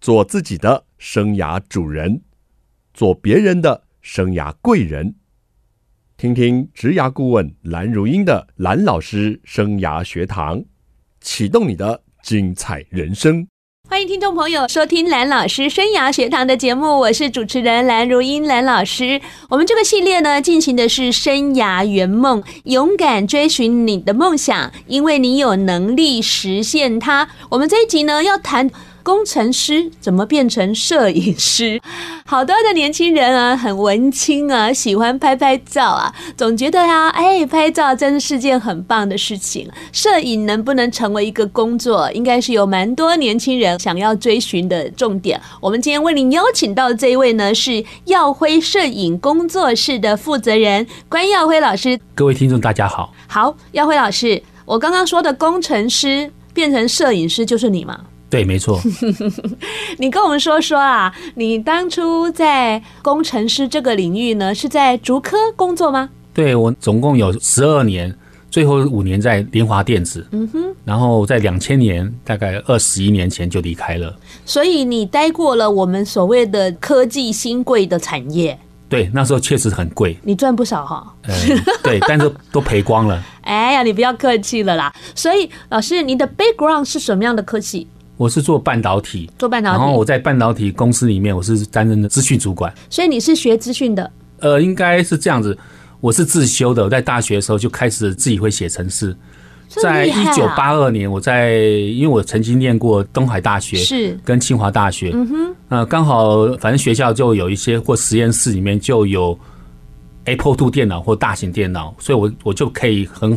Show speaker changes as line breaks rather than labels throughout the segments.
做自己的生涯主人，做别人的生涯贵人。听听职涯顾问蓝如英的蓝老师生涯学堂，启动你的精彩人生。
欢迎听众朋友收听蓝老师生涯学堂的节目，我是主持人蓝如英，蓝老师。我们这个系列呢，进行的是生涯圆梦，勇敢追寻你的梦想，因为你有能力实现它。我们这一集呢，要谈。工程师怎么变成摄影师？好多的年轻人啊，很文青啊，喜欢拍拍照啊，总觉得啊，哎，拍照真是件很棒的事情。摄影能不能成为一个工作，应该是有蛮多年轻人想要追寻的重点。我们今天为您邀请到这一位呢，是耀辉摄影工作室的负责人关耀辉老师。
各位听众，大家好。
好，耀辉老师，我刚刚说的工程师变成摄影师就是你吗？
对，没错。
你跟我们说说啊，你当初在工程师这个领域呢，是在竹科工作吗？
对我总共有十二年，最后五年在联华电子，嗯哼，然后在两千年，大概二十一年前就离开了。
所以你待过了我们所谓的科技新贵的产业，
对，那时候确实很贵，
你赚不少哈、
嗯，对，但是都赔光了。
哎呀，你不要客气了啦。所以老师，你的 background 是什么样的科技？
我是做半导体，
做半导体，
然后我在半导体公司里面，我是担任的资讯主管。
所以你是学资讯的，
呃，应该是这样子，我是自修的，我在大学的时候就开始自己会写程式。
这么
在
厉害
一
啊
九八二年，我在因为我曾经念过东海大学，
是
跟清华大学，嗯哼，呃，刚好反正学校就有一些或实验室里面就有 Apple Two 电脑或大型电脑，所以我我就可以很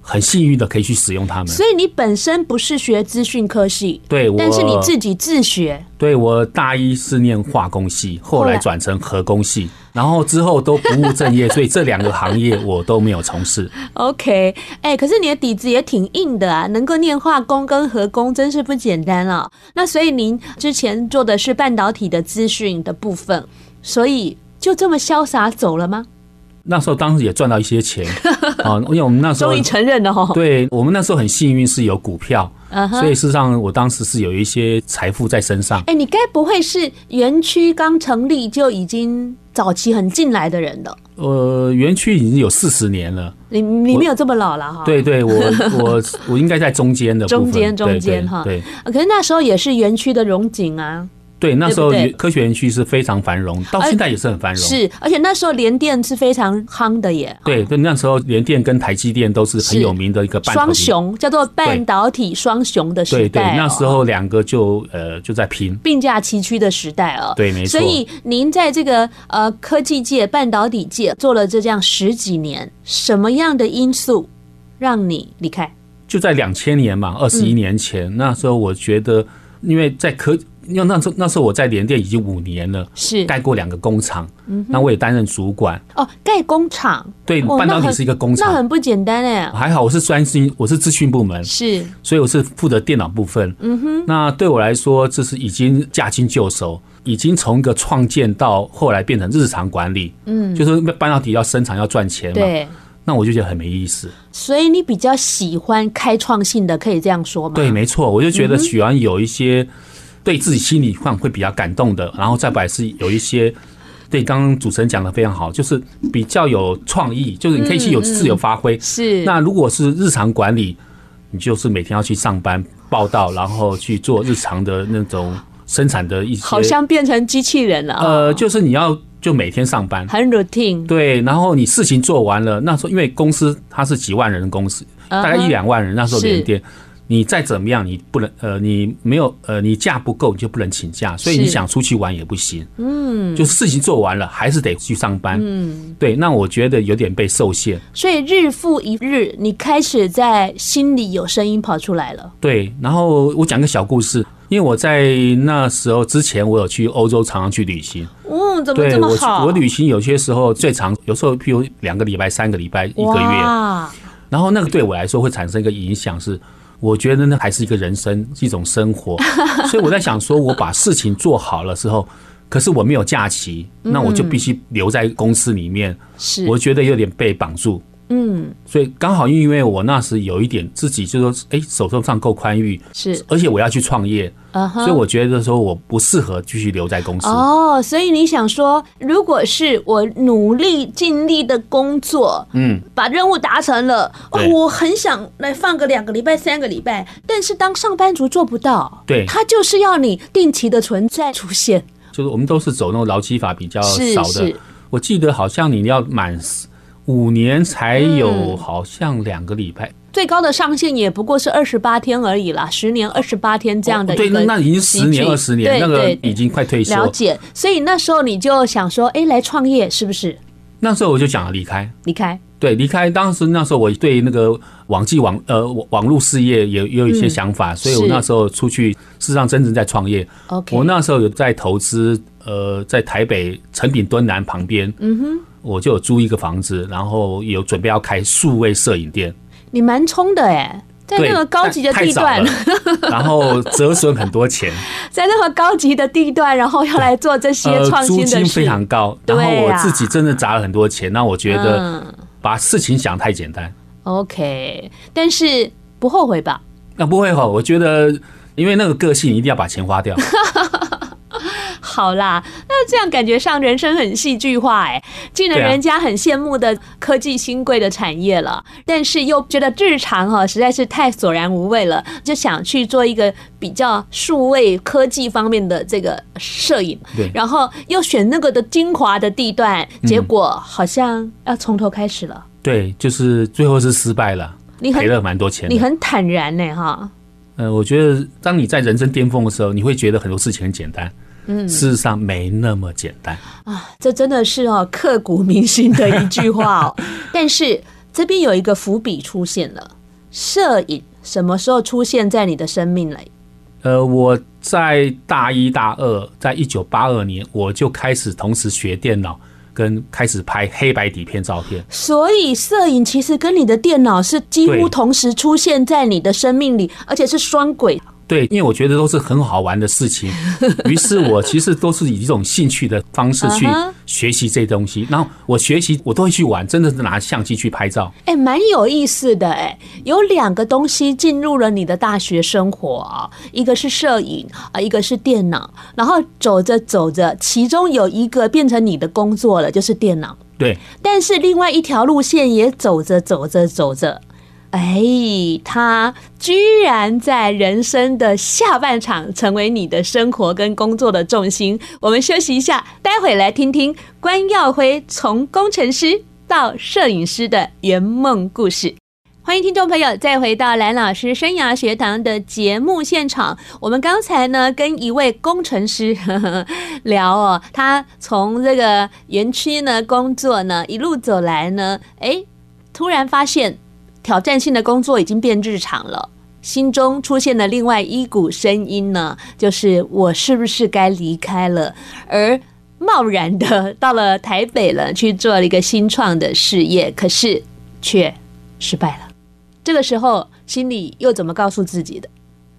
很幸运的可以去使用它们。
所以你本身不是学资讯科系，
对，我
但是你自己自学，
对我大一是念化工系，后来转成核工系，然后之后都不务 正业，所以这两个行业我都没有从事。
OK，哎、可是你的底子也挺硬的啊，能够念化工跟核工真是不简单了、那所以您之前做的是半导体的资讯的部分，所以就这么潇洒走了吗？
那时候当时也赚到一些 钱啊，因为我们那时候
终于承认了哦。
对我们那时候很幸运是有股票，
嗯哼
所以事实上我当时是有一些财富在身上。
哎、你该不会是园区刚成立就已经早期很进来的人了？
呃，园区已经有四十年了，
你你没有这么老了哈？
对对，我 我我应该在中间的部分
哦中间
对
中间
对
哈
对
啊。可是那时候也是园区的荣景啊，
对，那时候
对不对
科学园区是非常繁荣，到
哎
现在也是很繁荣。
是，而且那时候联电是非常夯的耶。
对，对，那时候联电跟台积电都是很有名的一个半导
双
体。
雄叫做半导体双雄的时
对对
代、哦，
那时候两个就呃就在拼。
并驾齐驱的时代哦。
对没
所
错
以您在这个呃科技界、半导体界做了这这样十几年，什么样的因素让你离开？
就在两千年嘛，二十一年前、
嗯
那时候我觉得，因为在科，因为那时候那时候我在联电已经五年了，
是
盖过两个工厂，那我也担任主管。
哦，盖工厂，
对，
哦
半导
那
体
很
是一个工
那
厂，
很不简单哎。
还好我是专心，我是资讯部门，
是
所以我是负责电脑部分。嗯哼，那对我来说，这是已经驾轻就熟，已经从一个创建到后来变成日常管理。嗯，就是半导体要生产要赚钱嘛，
对，
那我就觉得很没意思。
所以你比较喜欢开创性的，可以这样说吗？
对，没错，我就觉得喜欢有一些对自己心里上会比较感动的，然后再来是有一些。对，刚刚主持人讲的非常好，就是比较有创意，就是你可以去有自由发挥。
是
那如果是日常管理，你就是每天要去上班报道，然后去做日常的那种生产的一些，
好像变成机器人了、哦，
呃，就是你要就每天上班，
很 routine。
对，然后你事情做完了，那时候因为公司它是几万人的公司，大概
嗯哼
一两万人，那时候
是
联电。你再怎么样，你不能呃，你没有呃，你假不够，你就不能请假，所以
是
你想出去玩也不行。嗯，就是事情做完了，还是得去上班。嗯，对，那我觉得有点被受限。
所以日复一日，你开始在心里有声音跑出来了。
对，然后我讲个小故事，因为我在那时候之前，我有去欧洲常常去旅行。
嗯，怎么
对
这
我
么
去
好？
我旅行有些时候最长，有时候譬如两个礼拜、三个礼拜、一个月。
哇，
然后那个对我来说会产生一个影响是，我觉得那还是一个人生，是一种生 活，所以我在想说，我把事情做好了之后，可是我没有假期，那我就必须留在公司里面，
嗯是
我觉得有点被绑住。
嗯，
所以刚好因为我那时有一点自己就说，哎，手头上够宽裕，
是，
而且我要去创业，
嗯哼
所以我觉得说我不适合继续留在公司。
哦，所以你想说，如果是我努力尽力的工作，
嗯，
把任务达成了，哦
对，
我很想来放个两个礼拜、三个礼拜，但是当上班族做不到，
对
他就是要你定期的存在出现，
就是我们都是走那种劳基法比较
是
哦少的
是。
我记得好像你要满五年才有，好像两个礼拜
最高的上限也不过是二十八天而已啦，十年二十八天这样的
哦
一个
对，
集聚、
那那已经十年二十年，
对
那个
对
已经快退休
了。解，所以那时候你就想说，哎，来创业是不是？
那时候我就想要离开，
离开，
对，离开。当时那时候我对那个网际网呃网网络事业也也有一些想法，所以我
嗯是
那时候出去，事实上真正在创业。
OK
我那时候有在投资，呃，在台北成品敦南旁边，嗯哼，我就有租一个房子，然后有准备要开数位摄影店。
你蛮冲的哎、在
对，
那个高级的
太
地段，
太早了然后折损很多钱，
在那么高级的地段，然后要来做这些创新
呃租
的事，
金非常高，然后
对
我
啊
自己真的砸了很多钱，那我觉得
嗯
把事情想太简单，
OK，但是不后悔吧？
那不会哈，我觉得因为那个个性一定要把钱 花掉，
好啦，那这样感觉上人生很戏剧化哎、进了
对啊
人家很羡慕的科技新贵的产业了，但是又觉得日常哈、实在是太索然无味了，就想去做一个比较数位科技方面的这个摄影，
对嗯
然后又选那个的精华的地段，结果好像要从头开始了。
对，就是最后是失败了，
你
赔
很
了蛮多钱
你
的。
很坦然呢、哈，
呃，我觉得当你在人生巅峰的时候，你会觉得很多事情很简单，嗯，事实上没那么简单。
这真的是哦刻骨铭心的一句话哦。但是这边有一个伏笔出现了，摄影什么时候出现在你的生命里？
呃，我在大一大二，在一九八二年我就开始同时学电脑，跟开始拍黑白底片照片。
所以摄影其实跟你的电脑是几乎
对
同时出现在你的生命里，而且是双轨。
对，因为我觉得都是很好玩的事情， 于是我其实都是以一种兴趣的方式去
嗯哼
学习这东西。然后我学习，我都会去玩，真的是拿相机去拍照。
哎，蛮有意思的哎，有两个东西进入了你的大学生活啊，一个是摄影啊，一个是电脑。然后走着走着，其中有一个变成你的工作了，就是电脑。
对，
但是另外一条路线也走着走着走着，哎，它居然在人生的下半场成为你的生活跟工作的重心。我们休息一下，待会来听听关耀辉从工程师到摄影师的圆梦故事。欢迎听众朋友再回到蓝老师生涯学堂的节目现场。我们刚才呢跟一位工程师 呵呵聊哦，他从这个园区呢工作呢一路走来呢，诶，突然发现挑战性的工作已经变日常了。心中出现了另外一股声音呢，就是我是不是该离开了？而贸然的到了台北了，去做了一个新创的事业，可是却失败了。这个时候心里又怎么告诉自己的？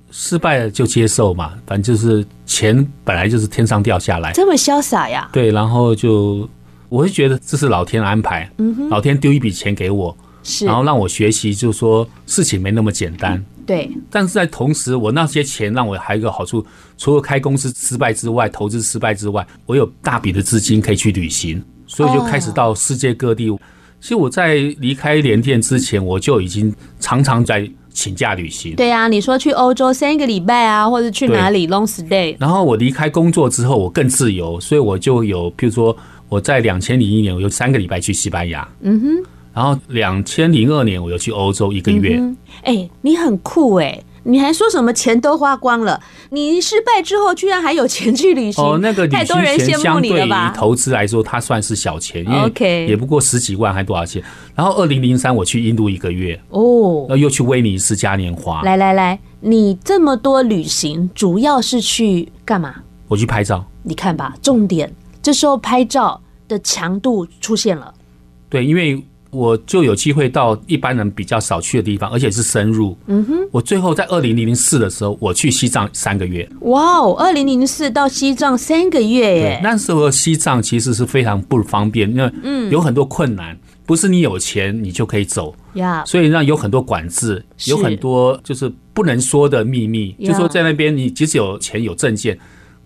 失败了就接受嘛，反正就是钱本来就是天上掉下来。
这么潇洒呀？
对，然后就我会觉得这是老天安排，老天丢一笔钱给我，
是
然，后让我学习，就是说事情没那么简单。
对，
嗯但是在同时，我那些钱让我还有一个好处，除了开公司失败之外，投资失败之外，我有大笔的资金可以去旅行，所以就开始到世界各地。哦其实我在离开联电之前，我就已经常常在请假旅行。
对啊。你说去欧洲三个礼拜啊，或者去哪里 long stay？
然后我离开工作之后，我更自由，所以我就有，譬如说我在两千零一年，我有三个礼拜去西班牙，嗯哼，嗯然后两千零二年我又去欧洲一个月，
哎、你很酷哎、你还说什么钱都花光了？你失败之后居然还有钱去旅行？
哦，那个旅
太
行
多人
钱
羡慕
相
你
对
了
于
吧？
投资来说，它算是小钱，因
OK
为也不过十几万还多少钱。然后二零零三我去印度一个月，
哦
然，后又去威尼斯嘉年华，
来来来，你这么多旅行，主要是去干嘛？
我去拍照。
你看吧，重点这时候拍照的强度出现了。
对，因为我就有机会到一般人比较少去的地方，而且是深入。嗯哼，我最后在二零零四的时候，我去西藏三个月。
哇哦，二零零四到西藏三个月
对，
耶，
嗯那时候西藏其实是非常不方便，因为有很多困难，不不是你有钱你就可以走，
呀，
所以那有很多管制，
是
有很多就是不能说的秘密，
Yeah
就说在那边你即使有钱有证件，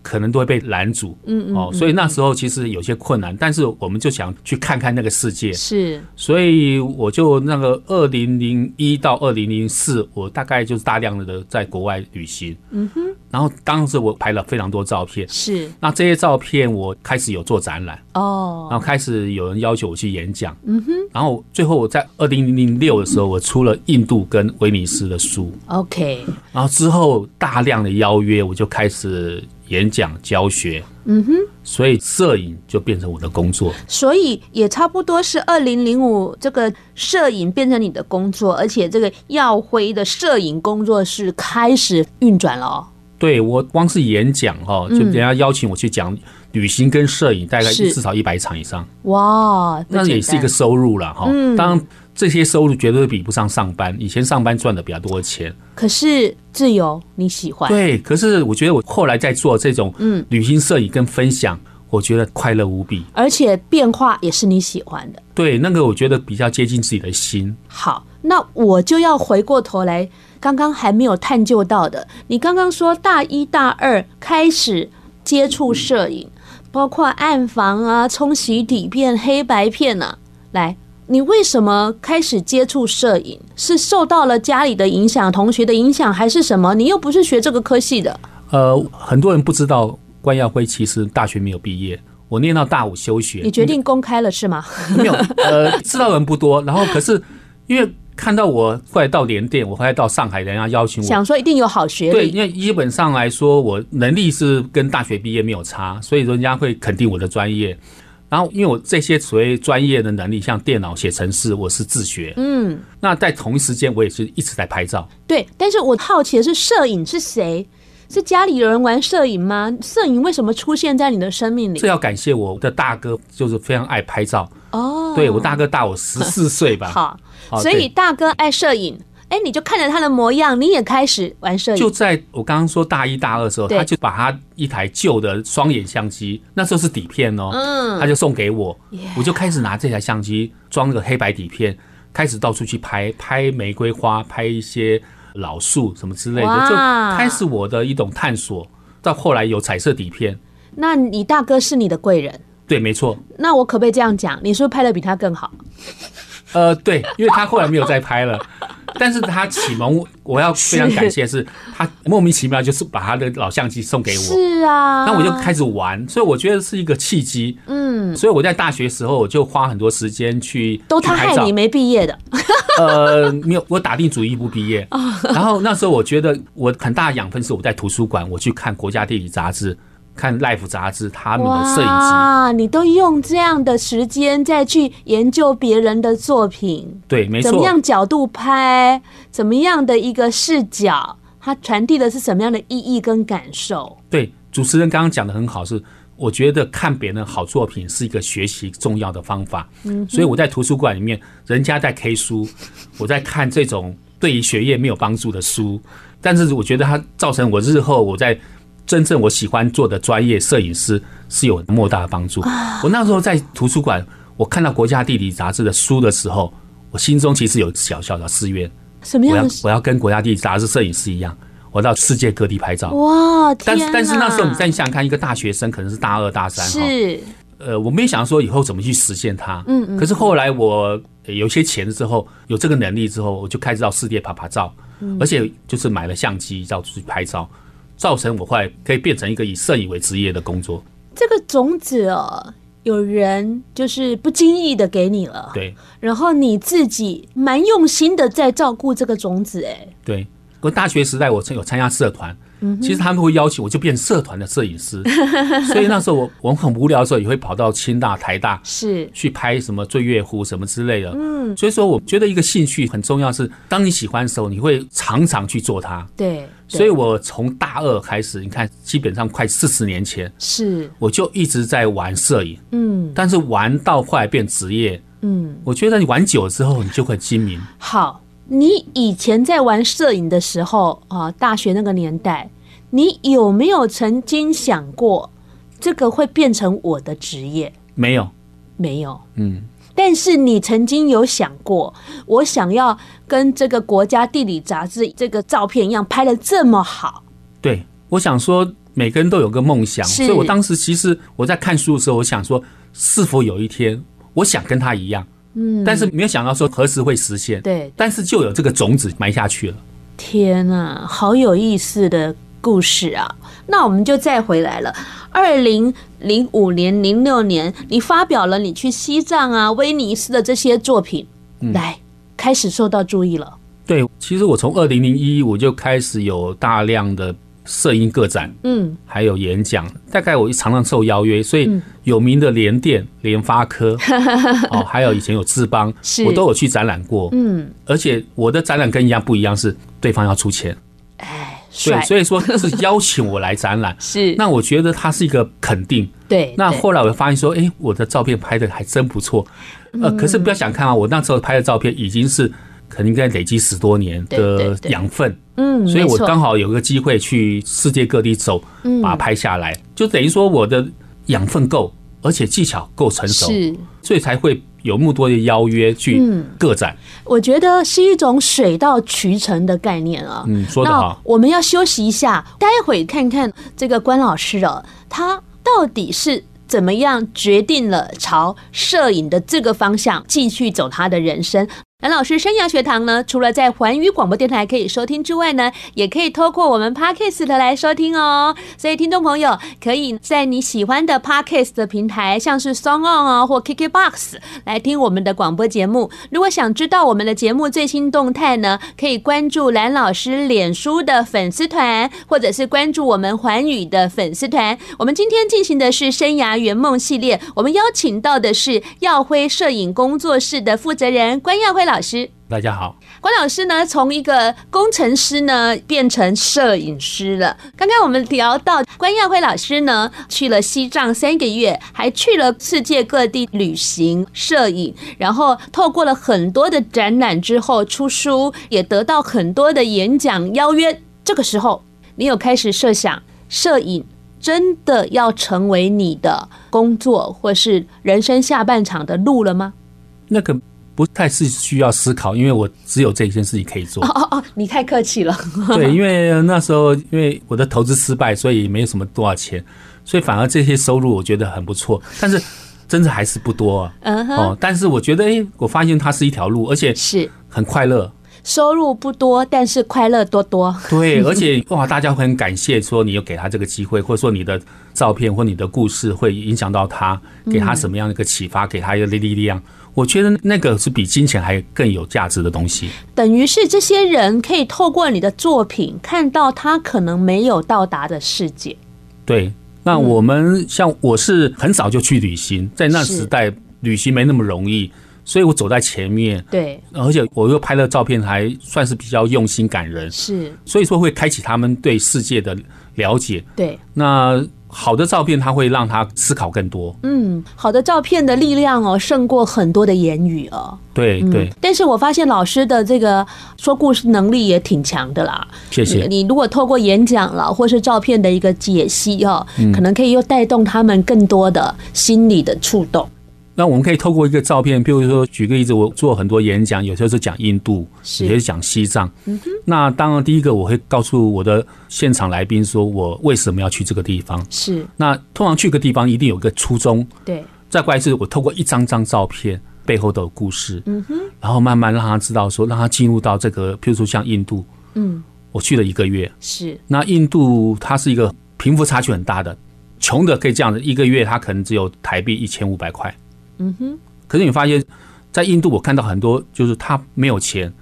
可能都会被拦阻。
嗯
哦，所以那时候其实有些困难，但是我们就想去看看那个世界，
是
所以我就那个二零零一到二零零四，我大概就是大量的在国外旅行，嗯哼，然后当时我拍了非常多照片，
是
那这些照片我开始有做展览，然
哦，
后开始有人要求我去演讲，嗯哼，然后最后我在二零零六的时候，我出了印度跟威尼斯的书，
OK，
然后之后大量的邀约，我就开始演讲教学，
嗯哼，
所以摄影就变成我的工作。
所以也差不多是二零零五这个摄影变成你的工作，而且这个耀辉的摄影工作室开始运转了哦。
对我光是演讲哦，就人家邀请我去讲旅行跟摄影，大概
嗯是
至少一百场以上，
哇，不
那也
简
是一
单
个收入了哈
嗯。
当然这些收入绝对比不上上班，以前上班赚的比较多的钱。
可是自由你喜欢，
对，可是我觉得我后来在做这种
嗯
旅行摄影跟分享，我觉得快乐无比。
而且变化也是你喜欢的。
对，那个我觉得比较接近自己的心。
好，那我就要回过头来，刚刚还没有探究到的，你刚刚说大一大二开始接触摄影，包括暗房啊、冲洗底片、黑白片啊，来。你为什么开始接触摄影？是受到了家里的影响、同学的影响，还是什么？你又不是学这个科系的。
呃，很多人不知道关耀辉其实大学没有毕业，我念到大五休 学。
你决定公开了是吗？
没有，呃，知道的人不多。然后可是因为看到我后来到联电，我后来到上海，人家邀请我。
想说一定有好学
对，
历，
因为基本上来说，我能力是跟大学毕业没有差，所以人家会肯定我的专业。然后，因为我这些所谓专业的能力，像电脑写程式，我是自学。
嗯，
那在同一时间，我也是一直在拍照。
对，但是我好奇的是，摄影是谁？是家里有人玩摄影吗？摄影为什么出现在你的生命里
这？要感谢我的大哥，就是非常爱拍照。
哦，
对我大哥大我十四岁吧，
好，
好
所以
对
大哥爱摄影，哎，你就看着他的模样，你也开始玩摄
就
影，
在我刚刚说大一大二的时候，
嗯对
他就把他一台旧的双眼相机，那时候是底片哦，
嗯
他就送给我
Yeah，
我就开始拿这台相机装个黑白底片，开始到处去拍，拍玫瑰花，拍一些老树什么之类的，
哇
就开始我的一种探索。到后来有彩色底片，
那你大哥是你的贵人。
对，没错，
那我可不可以这样讲？你是不是拍的比他更好？
呃，对，因为他后来没有再拍了， 但是他启蒙我要非常感谢是，他莫名其妙就是把他的老相机送给我，
是啊，
那我就开始玩，所以我觉得是一个契机。
嗯，
所以我在大学时候我就花很多时间去
都
去
他
拍
害
照
你，没毕业的，
呃，没有，我打定主意不毕业。
哦
然后那时候我觉得我很大的养分是我在图书馆，我去看国家地理杂志、看 Life 杂志他们的摄影集。
哇，你都用这样的时间再去研究别人的作品，
对，没
怎么
错，
样角度拍，怎么样的一个视角，它传递的是什么样的意义跟感受？
对，主持人刚刚讲的很好，是我觉得看别人的好作品是一个学习重要的方法。嗯，所以我在图书馆里面，人家在 K 书， 我在看这种对于学业没有帮助的书，但是我觉得它造成我日后我在。真正我喜欢做的专业摄影师是有莫大的帮助。我那时候在图书馆，我看到《国家地理》杂志的书的时候，我心中其实有小小的誓愿，
什么
我
样
要
的
我要跟《国家地理》杂志摄影师一样，我到世界各地拍照。
哇？天
但是但是那时候你再
在
想想看，一个大学生可能是大二大三哈，
是
呃，我没想说以后怎么去实现它，嗯嗯。可是后来我呃有些钱之后，有这个能力之后，我就开始到世界拍拍照，而且就是买了相机到处去拍照，造成我后来可以变成一个以摄影为职业的工作。
这个种子哦，有人就是不经意的给你了，
对
然后你自己蛮用心的在照顾这个种子，哎，
对，我大学时代我曾有参加社团。其实他们会邀请我，就变社团的摄影师， 所以那时候我我很无聊的时候，也会跑到清大、台大，
是
去拍什么醉月湖什么之类的。嗯，所以说我觉得一个兴趣很重要是，当你喜欢的时候，你会常常去做它。
对，对
所以我从大二开始，你看，基本上快四十年前，
是
我就一直在玩摄影，
嗯
但是玩到后来变职业。
嗯
我觉得你玩久了之后，你就会精明。
好。你以前在玩摄影的时候啊，大学那个年代，你有没有曾经想过这个会变成我的职业？
没有，
没有，
嗯，
但是你曾经有想过，我想要跟这个国家地理杂志这个照片一样拍的这么好？
对，我想说，每个人都有个梦想，
是
所以我当时其实我在看书的时候，我想说，是否有一天我想跟他一样，嗯，但是没有想到说何时会实现，
对，
但是就有这个种子埋下去了。
天啊，好有意思的故事啊！那我们就再回来了。二零零五年、零六年，你发表了你去西藏啊、威尼斯的这些作品，
嗯
来开始受到注意了。
对，其实我从二零零一我就开始有大量的摄影个展，
嗯，
还有演讲，大概我常常受邀约，所以有名的联电、联发 科，哦，还有以前有志邦
是，
我都有去展览过。
嗯，
而且我的展览跟人家不一样，是对方要出钱，
哎，
对
帅，。
所以说是邀请我来展览
是
那我觉得它是一个肯定。
对。
那
对
后来我发现说，哎，我的照片拍的还真不错。
嗯
呃，可是不要想看啊，我那时候拍的照片已经是可能应该累积十多年
对对
的
对
养分。
嗯，
所以
没
我
错嗯
刚好有个机会去世界各地走，把它拍下来，就等于说我的养分够，而且技巧够成熟，
是嗯
所以才会有那么多的邀约去个展。
我觉得是一种水到渠成的概念啊。
嗯说得
那
好
我们要休息一下，待会看看这个关老师哦，他到底是怎么样决定了朝摄影的这个方向继续走他的人生。蓝老师生涯学堂呢，除了在环宇广播电台可以收听之外呢，也可以透过我们 Podcast 来收听哦。所以听众朋友可以在你喜欢的 Podcast 的平台，像是 Song On 哦或 KKBox 来听我们的广播节目。如果想知道我们的节目最新动态呢，可以关注蓝老师脸书的粉丝团，或者是关注我们环宇的粉丝团。我们今天进行的是生涯圆梦系列，我们邀请到的是耀辉摄影工作室的负责人关耀辉老师。
大家好，
关老师呢，从一个工程师呢变成摄影师了。刚刚我们聊到关耀辉老师呢，去了西藏三个月，还去了世界各地旅行摄影，然后透过了很多的展览之后出书，也得到很多的演讲邀约。这个时候，你有开始设想摄影。真的要成为你的工作或是人生下半场的路了吗？
那个不太是需要思考，因为我只有这一件事情可以做
哦。哦哦，你太客气了。
对，因为那时候因为我的投资失败，所以没有什么多少钱，所以反而这些收入我觉得很不错，但是真的还是不多啊。
嗯哼，
哦，但是我觉得，哎，我发现它是一条路，而且
是。
很快乐。
收入不多，但是快乐多多。
对，而且哇，大家会很感谢说你有给他这个机会，或者说你的照片或你的故事会影响到他，给他什么样的一个启发，给他一个力量。我觉得那个是比金钱还更有价值的东西。
等于是这些人可以透过你的作品看到他可能没有到达的世界。
对，
嗯
那我们像我是很早就去旅行，在那
是
时代旅行没那么容易，所以我走在前面，
对，
而且我又拍的照片还算是比较用心感人，
是，
所以说会开启他们对世界的了解。
对，
那好的照片，它会让他思考更多。
嗯，好的照片的力量哦，胜过很多的言语哦。
对对。
嗯，但是我发现老师的这个说故事能力也挺强的啦。
谢谢。
你你如果透过演讲了，或是照片的一个解析哦，
嗯
可能可以又带动他们更多的心理的触动。
那我们可以透过一个照片，比如说举个例子，我做很多演讲，有时候是讲印度，
是嗯
有些是讲西藏。那当然，第一个我会告诉我的现场来宾说，我为什么要去这个地方。
是，
那通常去个地方一定有个初衷，
对，
再过来是我透过一张张照片背后的故事，然后慢慢让他知道说，让他进入到这个，譬如说像印度，
嗯，
我去了一个月，
是，
那印度它是一个贫富差距很大的，穷的可以这样子，一个月他可能只有台币一千五百块。
嗯哼，
可是你发现，在印度我看到很多，就是他没有钱，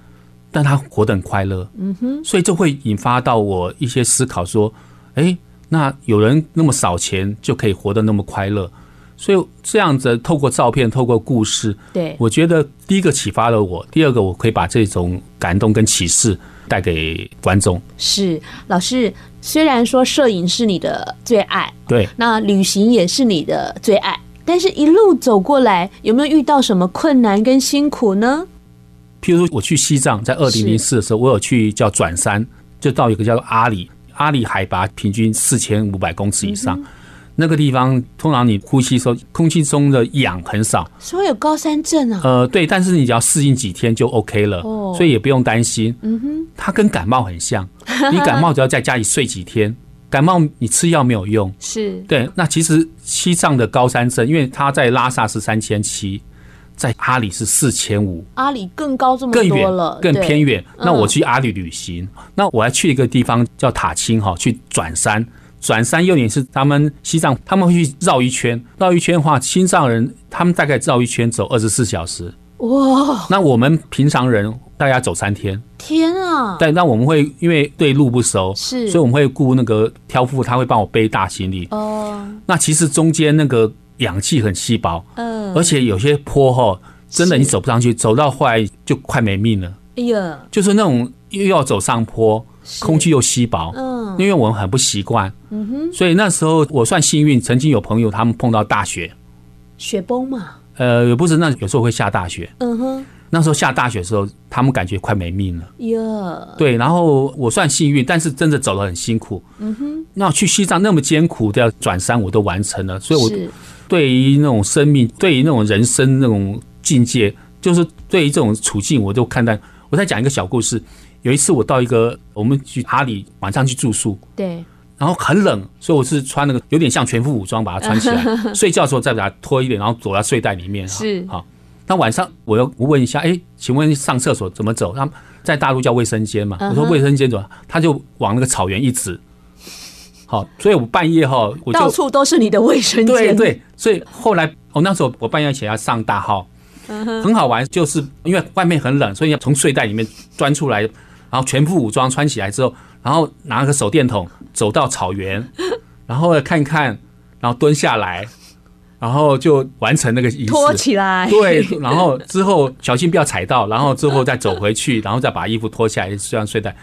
但他活得很快乐。嗯哼，所以这会引发到我一些思考，说，诶，那有人那么少钱就可以活得那么快乐，所以这样子透过照片，透过故事，
对，
我觉得第一个启发了我，第二个我可以把这种感动跟启示带给观众。
是老师。虽然说摄影是你的最爱，
对。
那旅行也是你的最爱，但是一路走过来，有没有遇到什么困难跟辛苦呢？
譬如说我去西藏，在二零零四的时候，我有去叫转
嗯
山，就到一个叫做阿里，阿里海拔平均四千五百公尺以上。那个地方通常你呼吸的时候，空气中的氧很少，
所以有高山症啊，
呃，对，但是你只要适应几天就 OK 了，
哦
所以也不用担心。
嗯哼，
它跟感冒 很像，你感冒只要在家里睡几天，感冒你吃药没有用。
是
对，那其实西藏的高山症，因为它在拉萨是三千七，在阿里是四千五，
阿里更高这么
更
多
远
了，、
更
对
偏。远。
嗯
那我去阿里旅行，那我还去一个地方叫塔青哈，去转山。转山又点是他们西藏，他们会去绕一圈，绕一圈的话，西藏人他们大概绕一圈走二十四小时，
哇，
那我们平常人大概走三天。
天啊！
但那我们会因为对路不熟，
是
所以我们会雇那个挑夫，他会帮我背大行李。
哦，
那其实中间那个氧气很稀薄，
嗯，
而且有些坡哈，真的
是
你走不上去，走到后来就快没命了。
哎呀，
就是那种又要走上坡，
是
空气又稀薄，
嗯
因为我们很不习惯，所以那时候我算幸运，曾经有朋友他们碰到大雪，
雪崩嘛，
呃，也不是那有时候会下大雪，
嗯哼，
那时候下大雪的时候，他们感觉快没命
嗯
了。
呀，
对，然后我算幸运，但是真的走得很辛苦。嗯哼，那去西藏那么艰苦的转山，我都完成了，所以我
是
对于那种生命，对于那种人生那种境界，就是对于这种处境，我都看待。我再讲一个小故事。有一次我到一个，我们去阿里晚上去住宿，
对，
然后很冷，所以我是穿那个有点像全副武装把它穿起来， 睡觉的时候再把它脱一点，然后躲在睡袋里面。
是
好。那晚上我要问一下，哎，请问上厕所怎么走？他们在大陆叫卫生间嘛？
嗯
我
哼
说卫生间走，他就往那个草原一指。好，所以我半夜哈，我就
到处都是你的卫生间，
对，对，所以后来我那时候我半夜起来上大号，
嗯
很好玩，就是因为外面很冷，所以要从睡袋里面钻出来，然后全副武装穿起来之后，然后拿个手电筒走到草原， 然后看看，然后蹲下来，然后就完成那个仪式。
拖起来，
对，然后之后小心不要踩到，然后之后再走回去， 然后再把衣服脱下来睡上睡袋。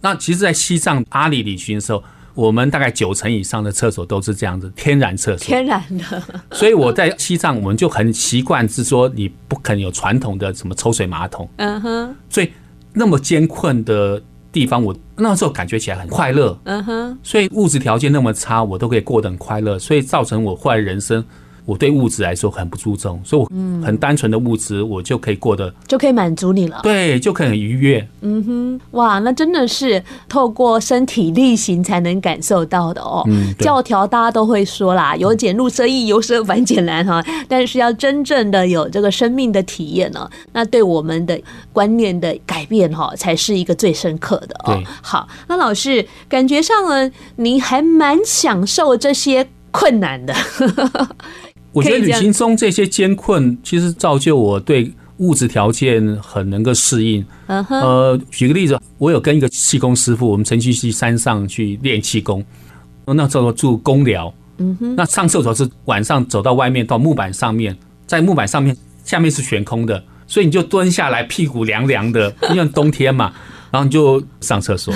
那其实，在西藏阿里旅行的时候，我们大概九成以上的厕所都是这样子，天然厕所。
天然的，
所以我在西藏，我们就很习惯是说，你不可能有传统的什么抽水马桶，
嗯哼，
所以那么艰困的地方，我那时候感觉起来很快乐。
嗯哼，
所以物质条件那么差，我都可以过得很快乐，所以造成我后来人生，我对物质来说很不注重，所以我
嗯
很单纯的物质，我就可以过得
就可以满足你了。
对，就可以很愉悦。
哇，那真的是透过身体力行才能感受到的哦。
嗯对
教条大家都会说啦，由俭入奢易，由奢反俭难哈。但是要真正的有这个生命的体验呢、那对我们的观念的改变哈、才是一个最深刻的哦
对。
好，那老师感觉上呢，您还蛮享受这些困难的。
我觉
可
得
以这
旅
样
行中这些艰困，其实造就我对物质条件很能够适应。
嗯哼，
呃，举个例子，我有跟一个气功师傅，我们曾经去山上去练气功，呃那时候住公寮，嗯哼，那上厕所是晚上走到外面到木板上面，在木板上面下面是悬空的，所以你就蹲下来，屁股凉 凉的，因为冬天嘛，然后你就上厕所，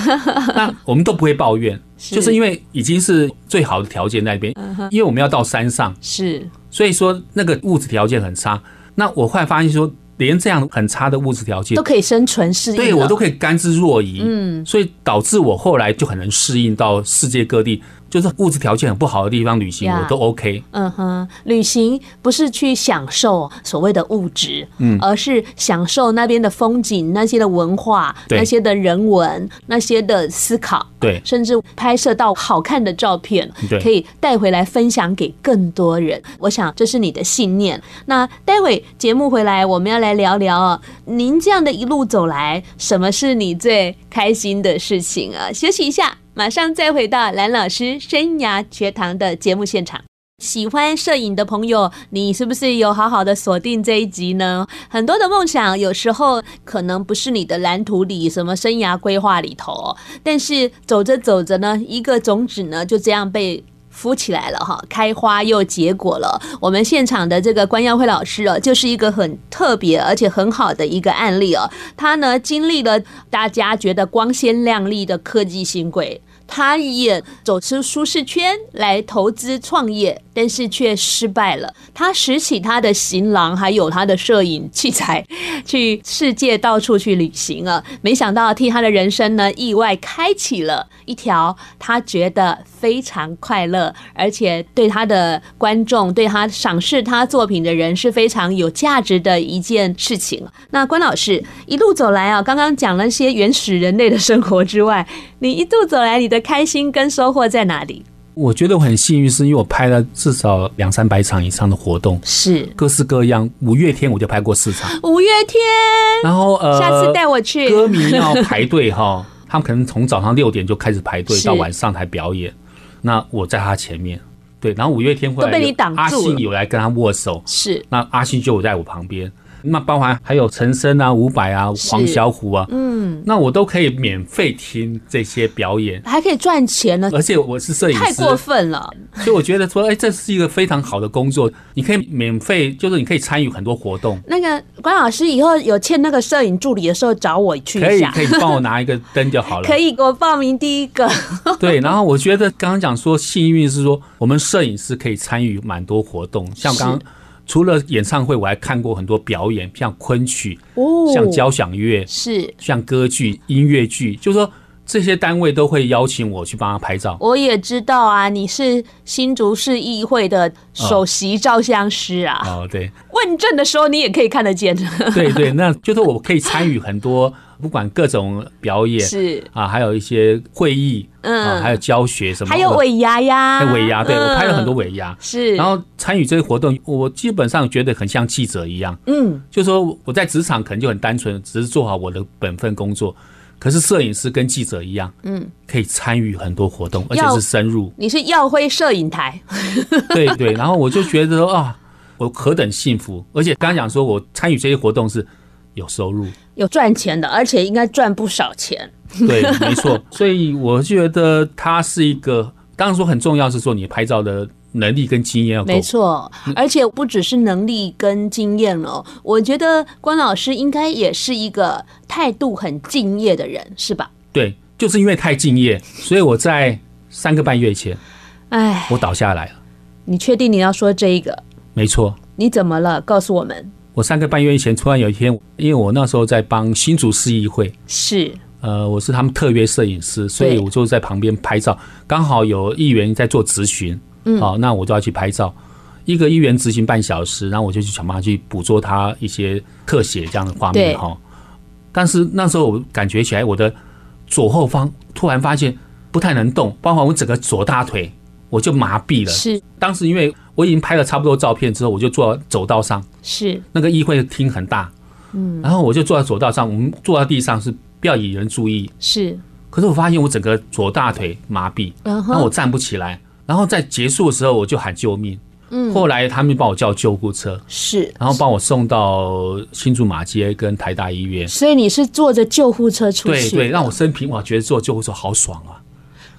那我们都不会抱怨，
是嗯
就是因为已经是最好的条件在那边，因为我们要到山上，
是
所以说那个物质条件很差。那我后来发现说，连这样很差的物质条件
都可以生存适应了。啊
对我都可以甘之若饴。
嗯
嗯，所以导致我后来就很能适应到世界各地，就是物质条件很不好的地方旅行
呀
我都 OK。
嗯哼，旅行不是去享受所谓的物质，嗯，而是享受那边的风景、那些的文化、
对
那些的人文、那些的思考，
对
甚至拍摄到好看的照片，
对
可以带回来分享给更多人。我想这是你的信念。那待会节目回来，我们要来聊聊啊，您这样的一路走来，什么是你最开心的事情啊？休息一下，马上再回到蓝老师生涯学堂的节目现场。喜欢摄影的朋友，你是不是有好好的锁定这一集呢？很多的梦想有时候可能不是你的蓝图里，什么生涯规划里头哦、但是走着走着呢，一个种子呢就这样被。孵起来了哈，开花又结果了。我们现场的这个关耀辉老师哦，就是一个很特别而且很好的一个案例哦。他呢经历了大家觉得光鲜亮丽的科技新贵，他也走出舒适圈来投资创业，但是却失败了。他拾起他的行囊，还有他的摄影器材， 去世界到处去旅行啊！没想到替他的人生呢，意外开启了一条他觉得非常快乐，而且对他的观众、对他赏识他作品的人是非常有价值的一件事情。那关老师一路走来啊，刚刚讲了一些原始人类的生活之外，你一路走来，你的开心跟收获在哪里？
我觉得我很幸运，是因为我拍了至少两三百场以上的活动，
是
各式各样。五月天我就拍过四场，
五月天，
然后呃，
哎下次带我去
歌迷要排 队哈，他们可能从早上六点就开始排队，
是
到晚上才表演。那我在他前面，对，然后五月天会来
都被你
有
挡住
阿信
了
有来跟他握手，
是
那阿信就有在我旁边。那包含还有陈升啊、伍佰啊、
是
黄小琥啊，
嗯，
那我都可以免费听这些表演，
还可以赚钱呢，
而且我是呃摄影
太
师，
过分了。
所以我觉得说，哎、这是一个非常好的工作，你可以免费，就是你可以参与很多活动，
那个关老师以后有欠那个摄影助理的时候找我去
可
一
以
下，
可以帮我拿一个灯 就好了。
可以给我报名第一个，
对，然后我觉得刚刚讲说幸运是说，我们摄影师可以参与蛮多活动，像刚刚除了演唱会，我还看过很多表演，像昆曲、
哦
像交响乐、
是。
像歌剧、音乐剧，就是说这些单位都会邀请我去帮他拍照。
我也知道啊，你是新竹市议会的首席照相师啊，
哦，对，
问政的时候你也可以看得 见，
对对，那就是我可以参与很多，不管各种表演，
是，
啊，还有一些会议，啊，
嗯
还有教学什么，
还有
我
尾牙呀，
还有尾牙，对我拍了很多
嗯，
尾牙，
是，
然后参与这些活动，我基本上觉得很像记者一样，
嗯，
就是说我在职场可能就很单纯，只是做好我的本分工作。可是摄影师跟记者一样，
嗯，
可以参与很多活动，而且
要
是
。
深入
你是耀辉摄影台，
对对，然后我就觉得说啊，我何等幸福！而且刚刚讲说我参与这些活动是有收 入，
有赚钱的，而且应该赚不少钱，
对，没错。所以我觉得它是一个，当然说很重要是说你拍照的能力跟经啊验要够嗯
没。错，而且不只是能力跟经验哦，我觉得关老师应该也是一个态度很敬业的人，是吧？
对，就是因为太敬业，所以我在三个半月前
哎，
我倒下来了。
你确定你要说这一个？
没错，
你怎么了？告诉我们。
我三个半月前突然有一天，因为我那时候在帮新竹市议会，
是
呃，我是他们特约摄影师，所以
对
我就在旁边拍照。刚好有议员在做咨询，嗯，好、那我就要去拍照。一个议员执行半小时，然后我就去想办法去捕捉他一些特写这样的画
对
面哈、但是那时候我感觉起来，我的左后方突然发现不太能动，包括我整个左大腿我就麻痹了。
是
当时因为我已经拍了差不多照片之后，我就坐到走道上，
是，
那个议会厅很大，嗯，然后我就坐在走道上，我们坐在地上是不要引人注意，
是，
可是我发现我整个左大腿麻痹，
然
然后
后
我站不起来。然后在结束的时候，我就喊救命。
嗯
后来他们帮我叫救护车，
是，
然后帮我送到新竹马街跟台大医院。
所以你是坐着救护车出
对
去，
对，让我生平，我觉得坐救护车好爽啊！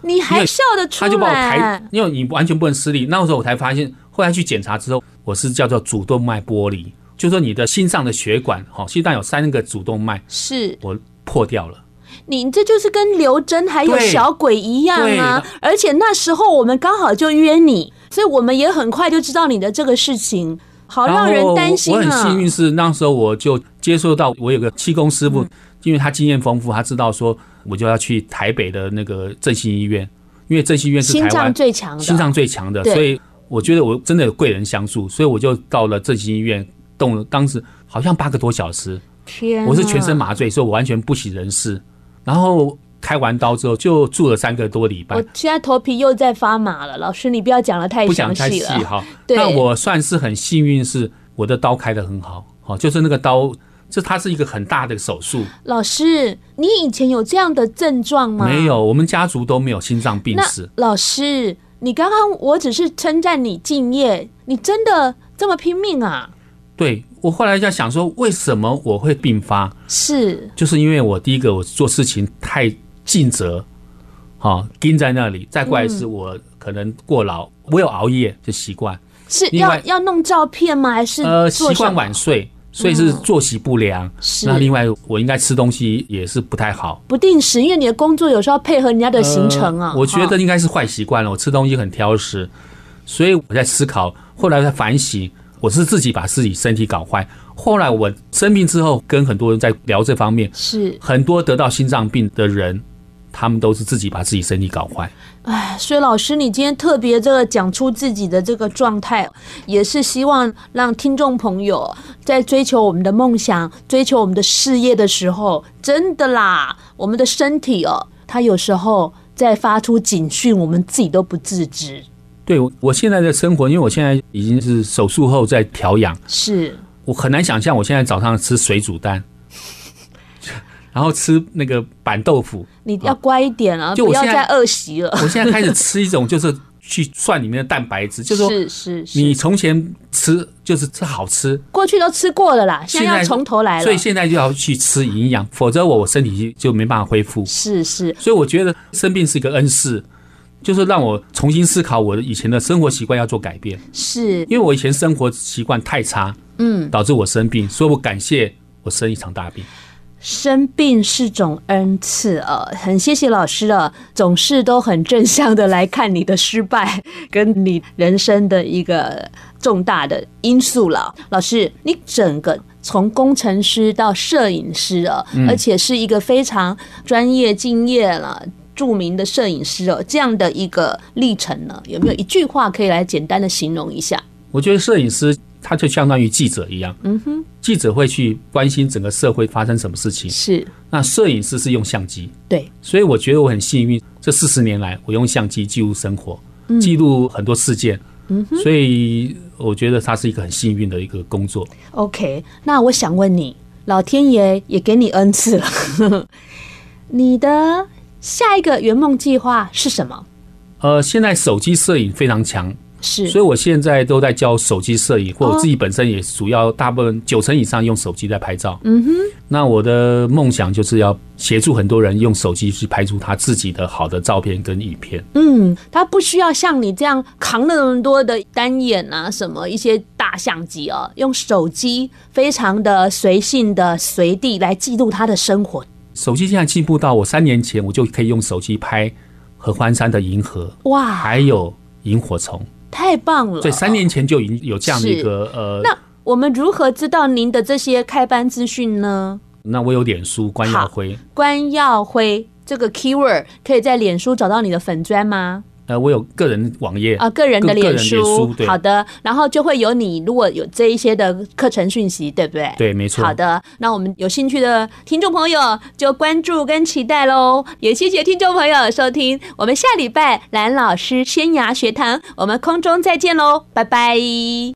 你
因
还
为
笑得出
他就把我抬
来，，
因为你完全不能施力。那时候我才发现，后来去检查之后，我是叫做主动脉剥离，就说你的心脏的血管，好，心脏有三个主动脉，
是
我破掉了。
你这就是跟刘真还有
对
小鬼一样啊！而且那时候我们刚好就约你，所以我们也很快就知道你的这个事情，好
然
哦让
后
人担心
我很
啊
幸！运是那时候我就接受到我有个气功师傅，
嗯
因为他经验丰富，他知道说我就要去台北的那个振兴医院，因为振兴医院是
心
台
脏
湾
最强的，
心脏最强的，
对
所以我觉得我真的有贵人相助，所以我就到了振兴医院动了，当时好像八个多小时，
天啊，
我是全身麻醉，所以我完全不省人事。然后开完刀之后就住了三个多礼拜
我，现在头皮又在发麻了。老师，你不要讲的太
不讲
详
太
细
细
了。
哈。
对
那我算是很幸运，是我的刀开得很好，好，就是那个刀，这它是一个很大的手术，
老师，你以前有这样的症状吗？
没。有，我们家族都没有心脏病
那
史。
老师，你刚刚我只是称赞你敬业，你真的这么拼命啊？
对我后来在想说，为什么我会病发？
是
就是因为我第一个我做事情太尽责，好、盯在那里。再过来
嗯
是我可能过劳，我有熬夜的习惯，
是
另
要
外
要弄照片吗？还是
呃，
做
习
什
惯
么嗯
晚睡，所以是作息不良。
是
那另外，我应该吃东西也是不太好。
不定时，因为你的工作有时候要配合人家的行程啊。
呃我觉
哈
得应该是坏习惯了。我吃东西很挑食，所以我在思考，后来在反省，我是自己把自己身体搞坏。后来我生病之后，跟很多人在聊这方面，
是，
很多得到心脏病的人，他们都是自己把自己身体搞坏。
哎，所以老师，你今天特别这个讲出自己的这个状态，也是希望让听众朋友在追求我们的梦想、追求我们的事业的时候，真的啦，我们的身体哦，它有时候在发出警讯，我们自己都不自知。
对我我现在的生活，因为我现在已经是手术后在调养，
是，
我很难想象我现在早上吃水煮蛋，然后吃那个板豆腐。
你要乖一点啊，
就我
不要
现在
再恶习了。
我现在开始吃一种就是去算里面的蛋白质，就是说
是是是，
你从前吃就是吃好吃，
过去都吃过了啦，现在要从头来了。
所以现在就要去吃营养，否则我身体就没办法恢复。
是是，
所以我觉得生病是一个恩赐，就是让我重新思考我的以前的生活习惯要做改变，
是，
因为我以前生活习惯太差，
嗯，
导致我生病，所以我感谢我生一场大病。
生病是种恩赐啊，呃很谢谢老师啊，总是都很正向的来看你的失败跟你人生的一个重大的因素了。老师，你整个从工程师到摄影师啊，
嗯
而且是一个非常专业、敬业了。著名的摄影师哦，这样的一个历程呢，有没有一句话可以来简单的形容一下？
我觉得摄影师他就相当于记者一样，嗯哼，记者会去关心整个社会发生什么事情，
是
那摄影师是用相机，
对，
所以我觉得我很幸运，这四十年来我用相机记录生活，记录很多事件，嗯所以我觉得他是一个很幸运的一个工作。
OK，那我想问你，老天爷也给你恩赐了， 你的下一个圆梦计划是什么？
呃，现在手机摄影非常强，
是
所以我现在都在教手机摄影，或我自己本身也主要大部分九成以上用手机在拍照。嗯哼，那我的梦想就是要协助很多人用手机去拍出他自己的好的照片跟影片。
嗯，他不需要像你这样扛那么多的单眼啊，什么一些大相机啊，用手机非常的随性的随地来记录他的生活。
手机现在进步到我三年前我就可以用手机拍合欢山的银河，
哇，
还有萤火虫。
太棒了！
对，三年前就已经有这样的一个呃，
那我们如何知道您的这些开班资讯呢？
那我有脸书关耀
好
辉，
关耀辉这个 keyword 可以在脸书找到你的粉砖吗？
呃，我有个人网页
啊，个人的
个个
脸
人
书，
脸书对
好的，然后就会有你如果有这一些的课程讯息，对不对？。
对，没错。
好的，那我们有兴趣的听众朋友就关注跟期待喽。也谢谢听众朋友收听，我们下礼拜蓝老师生涯学堂，我们空中再见喽，拜拜。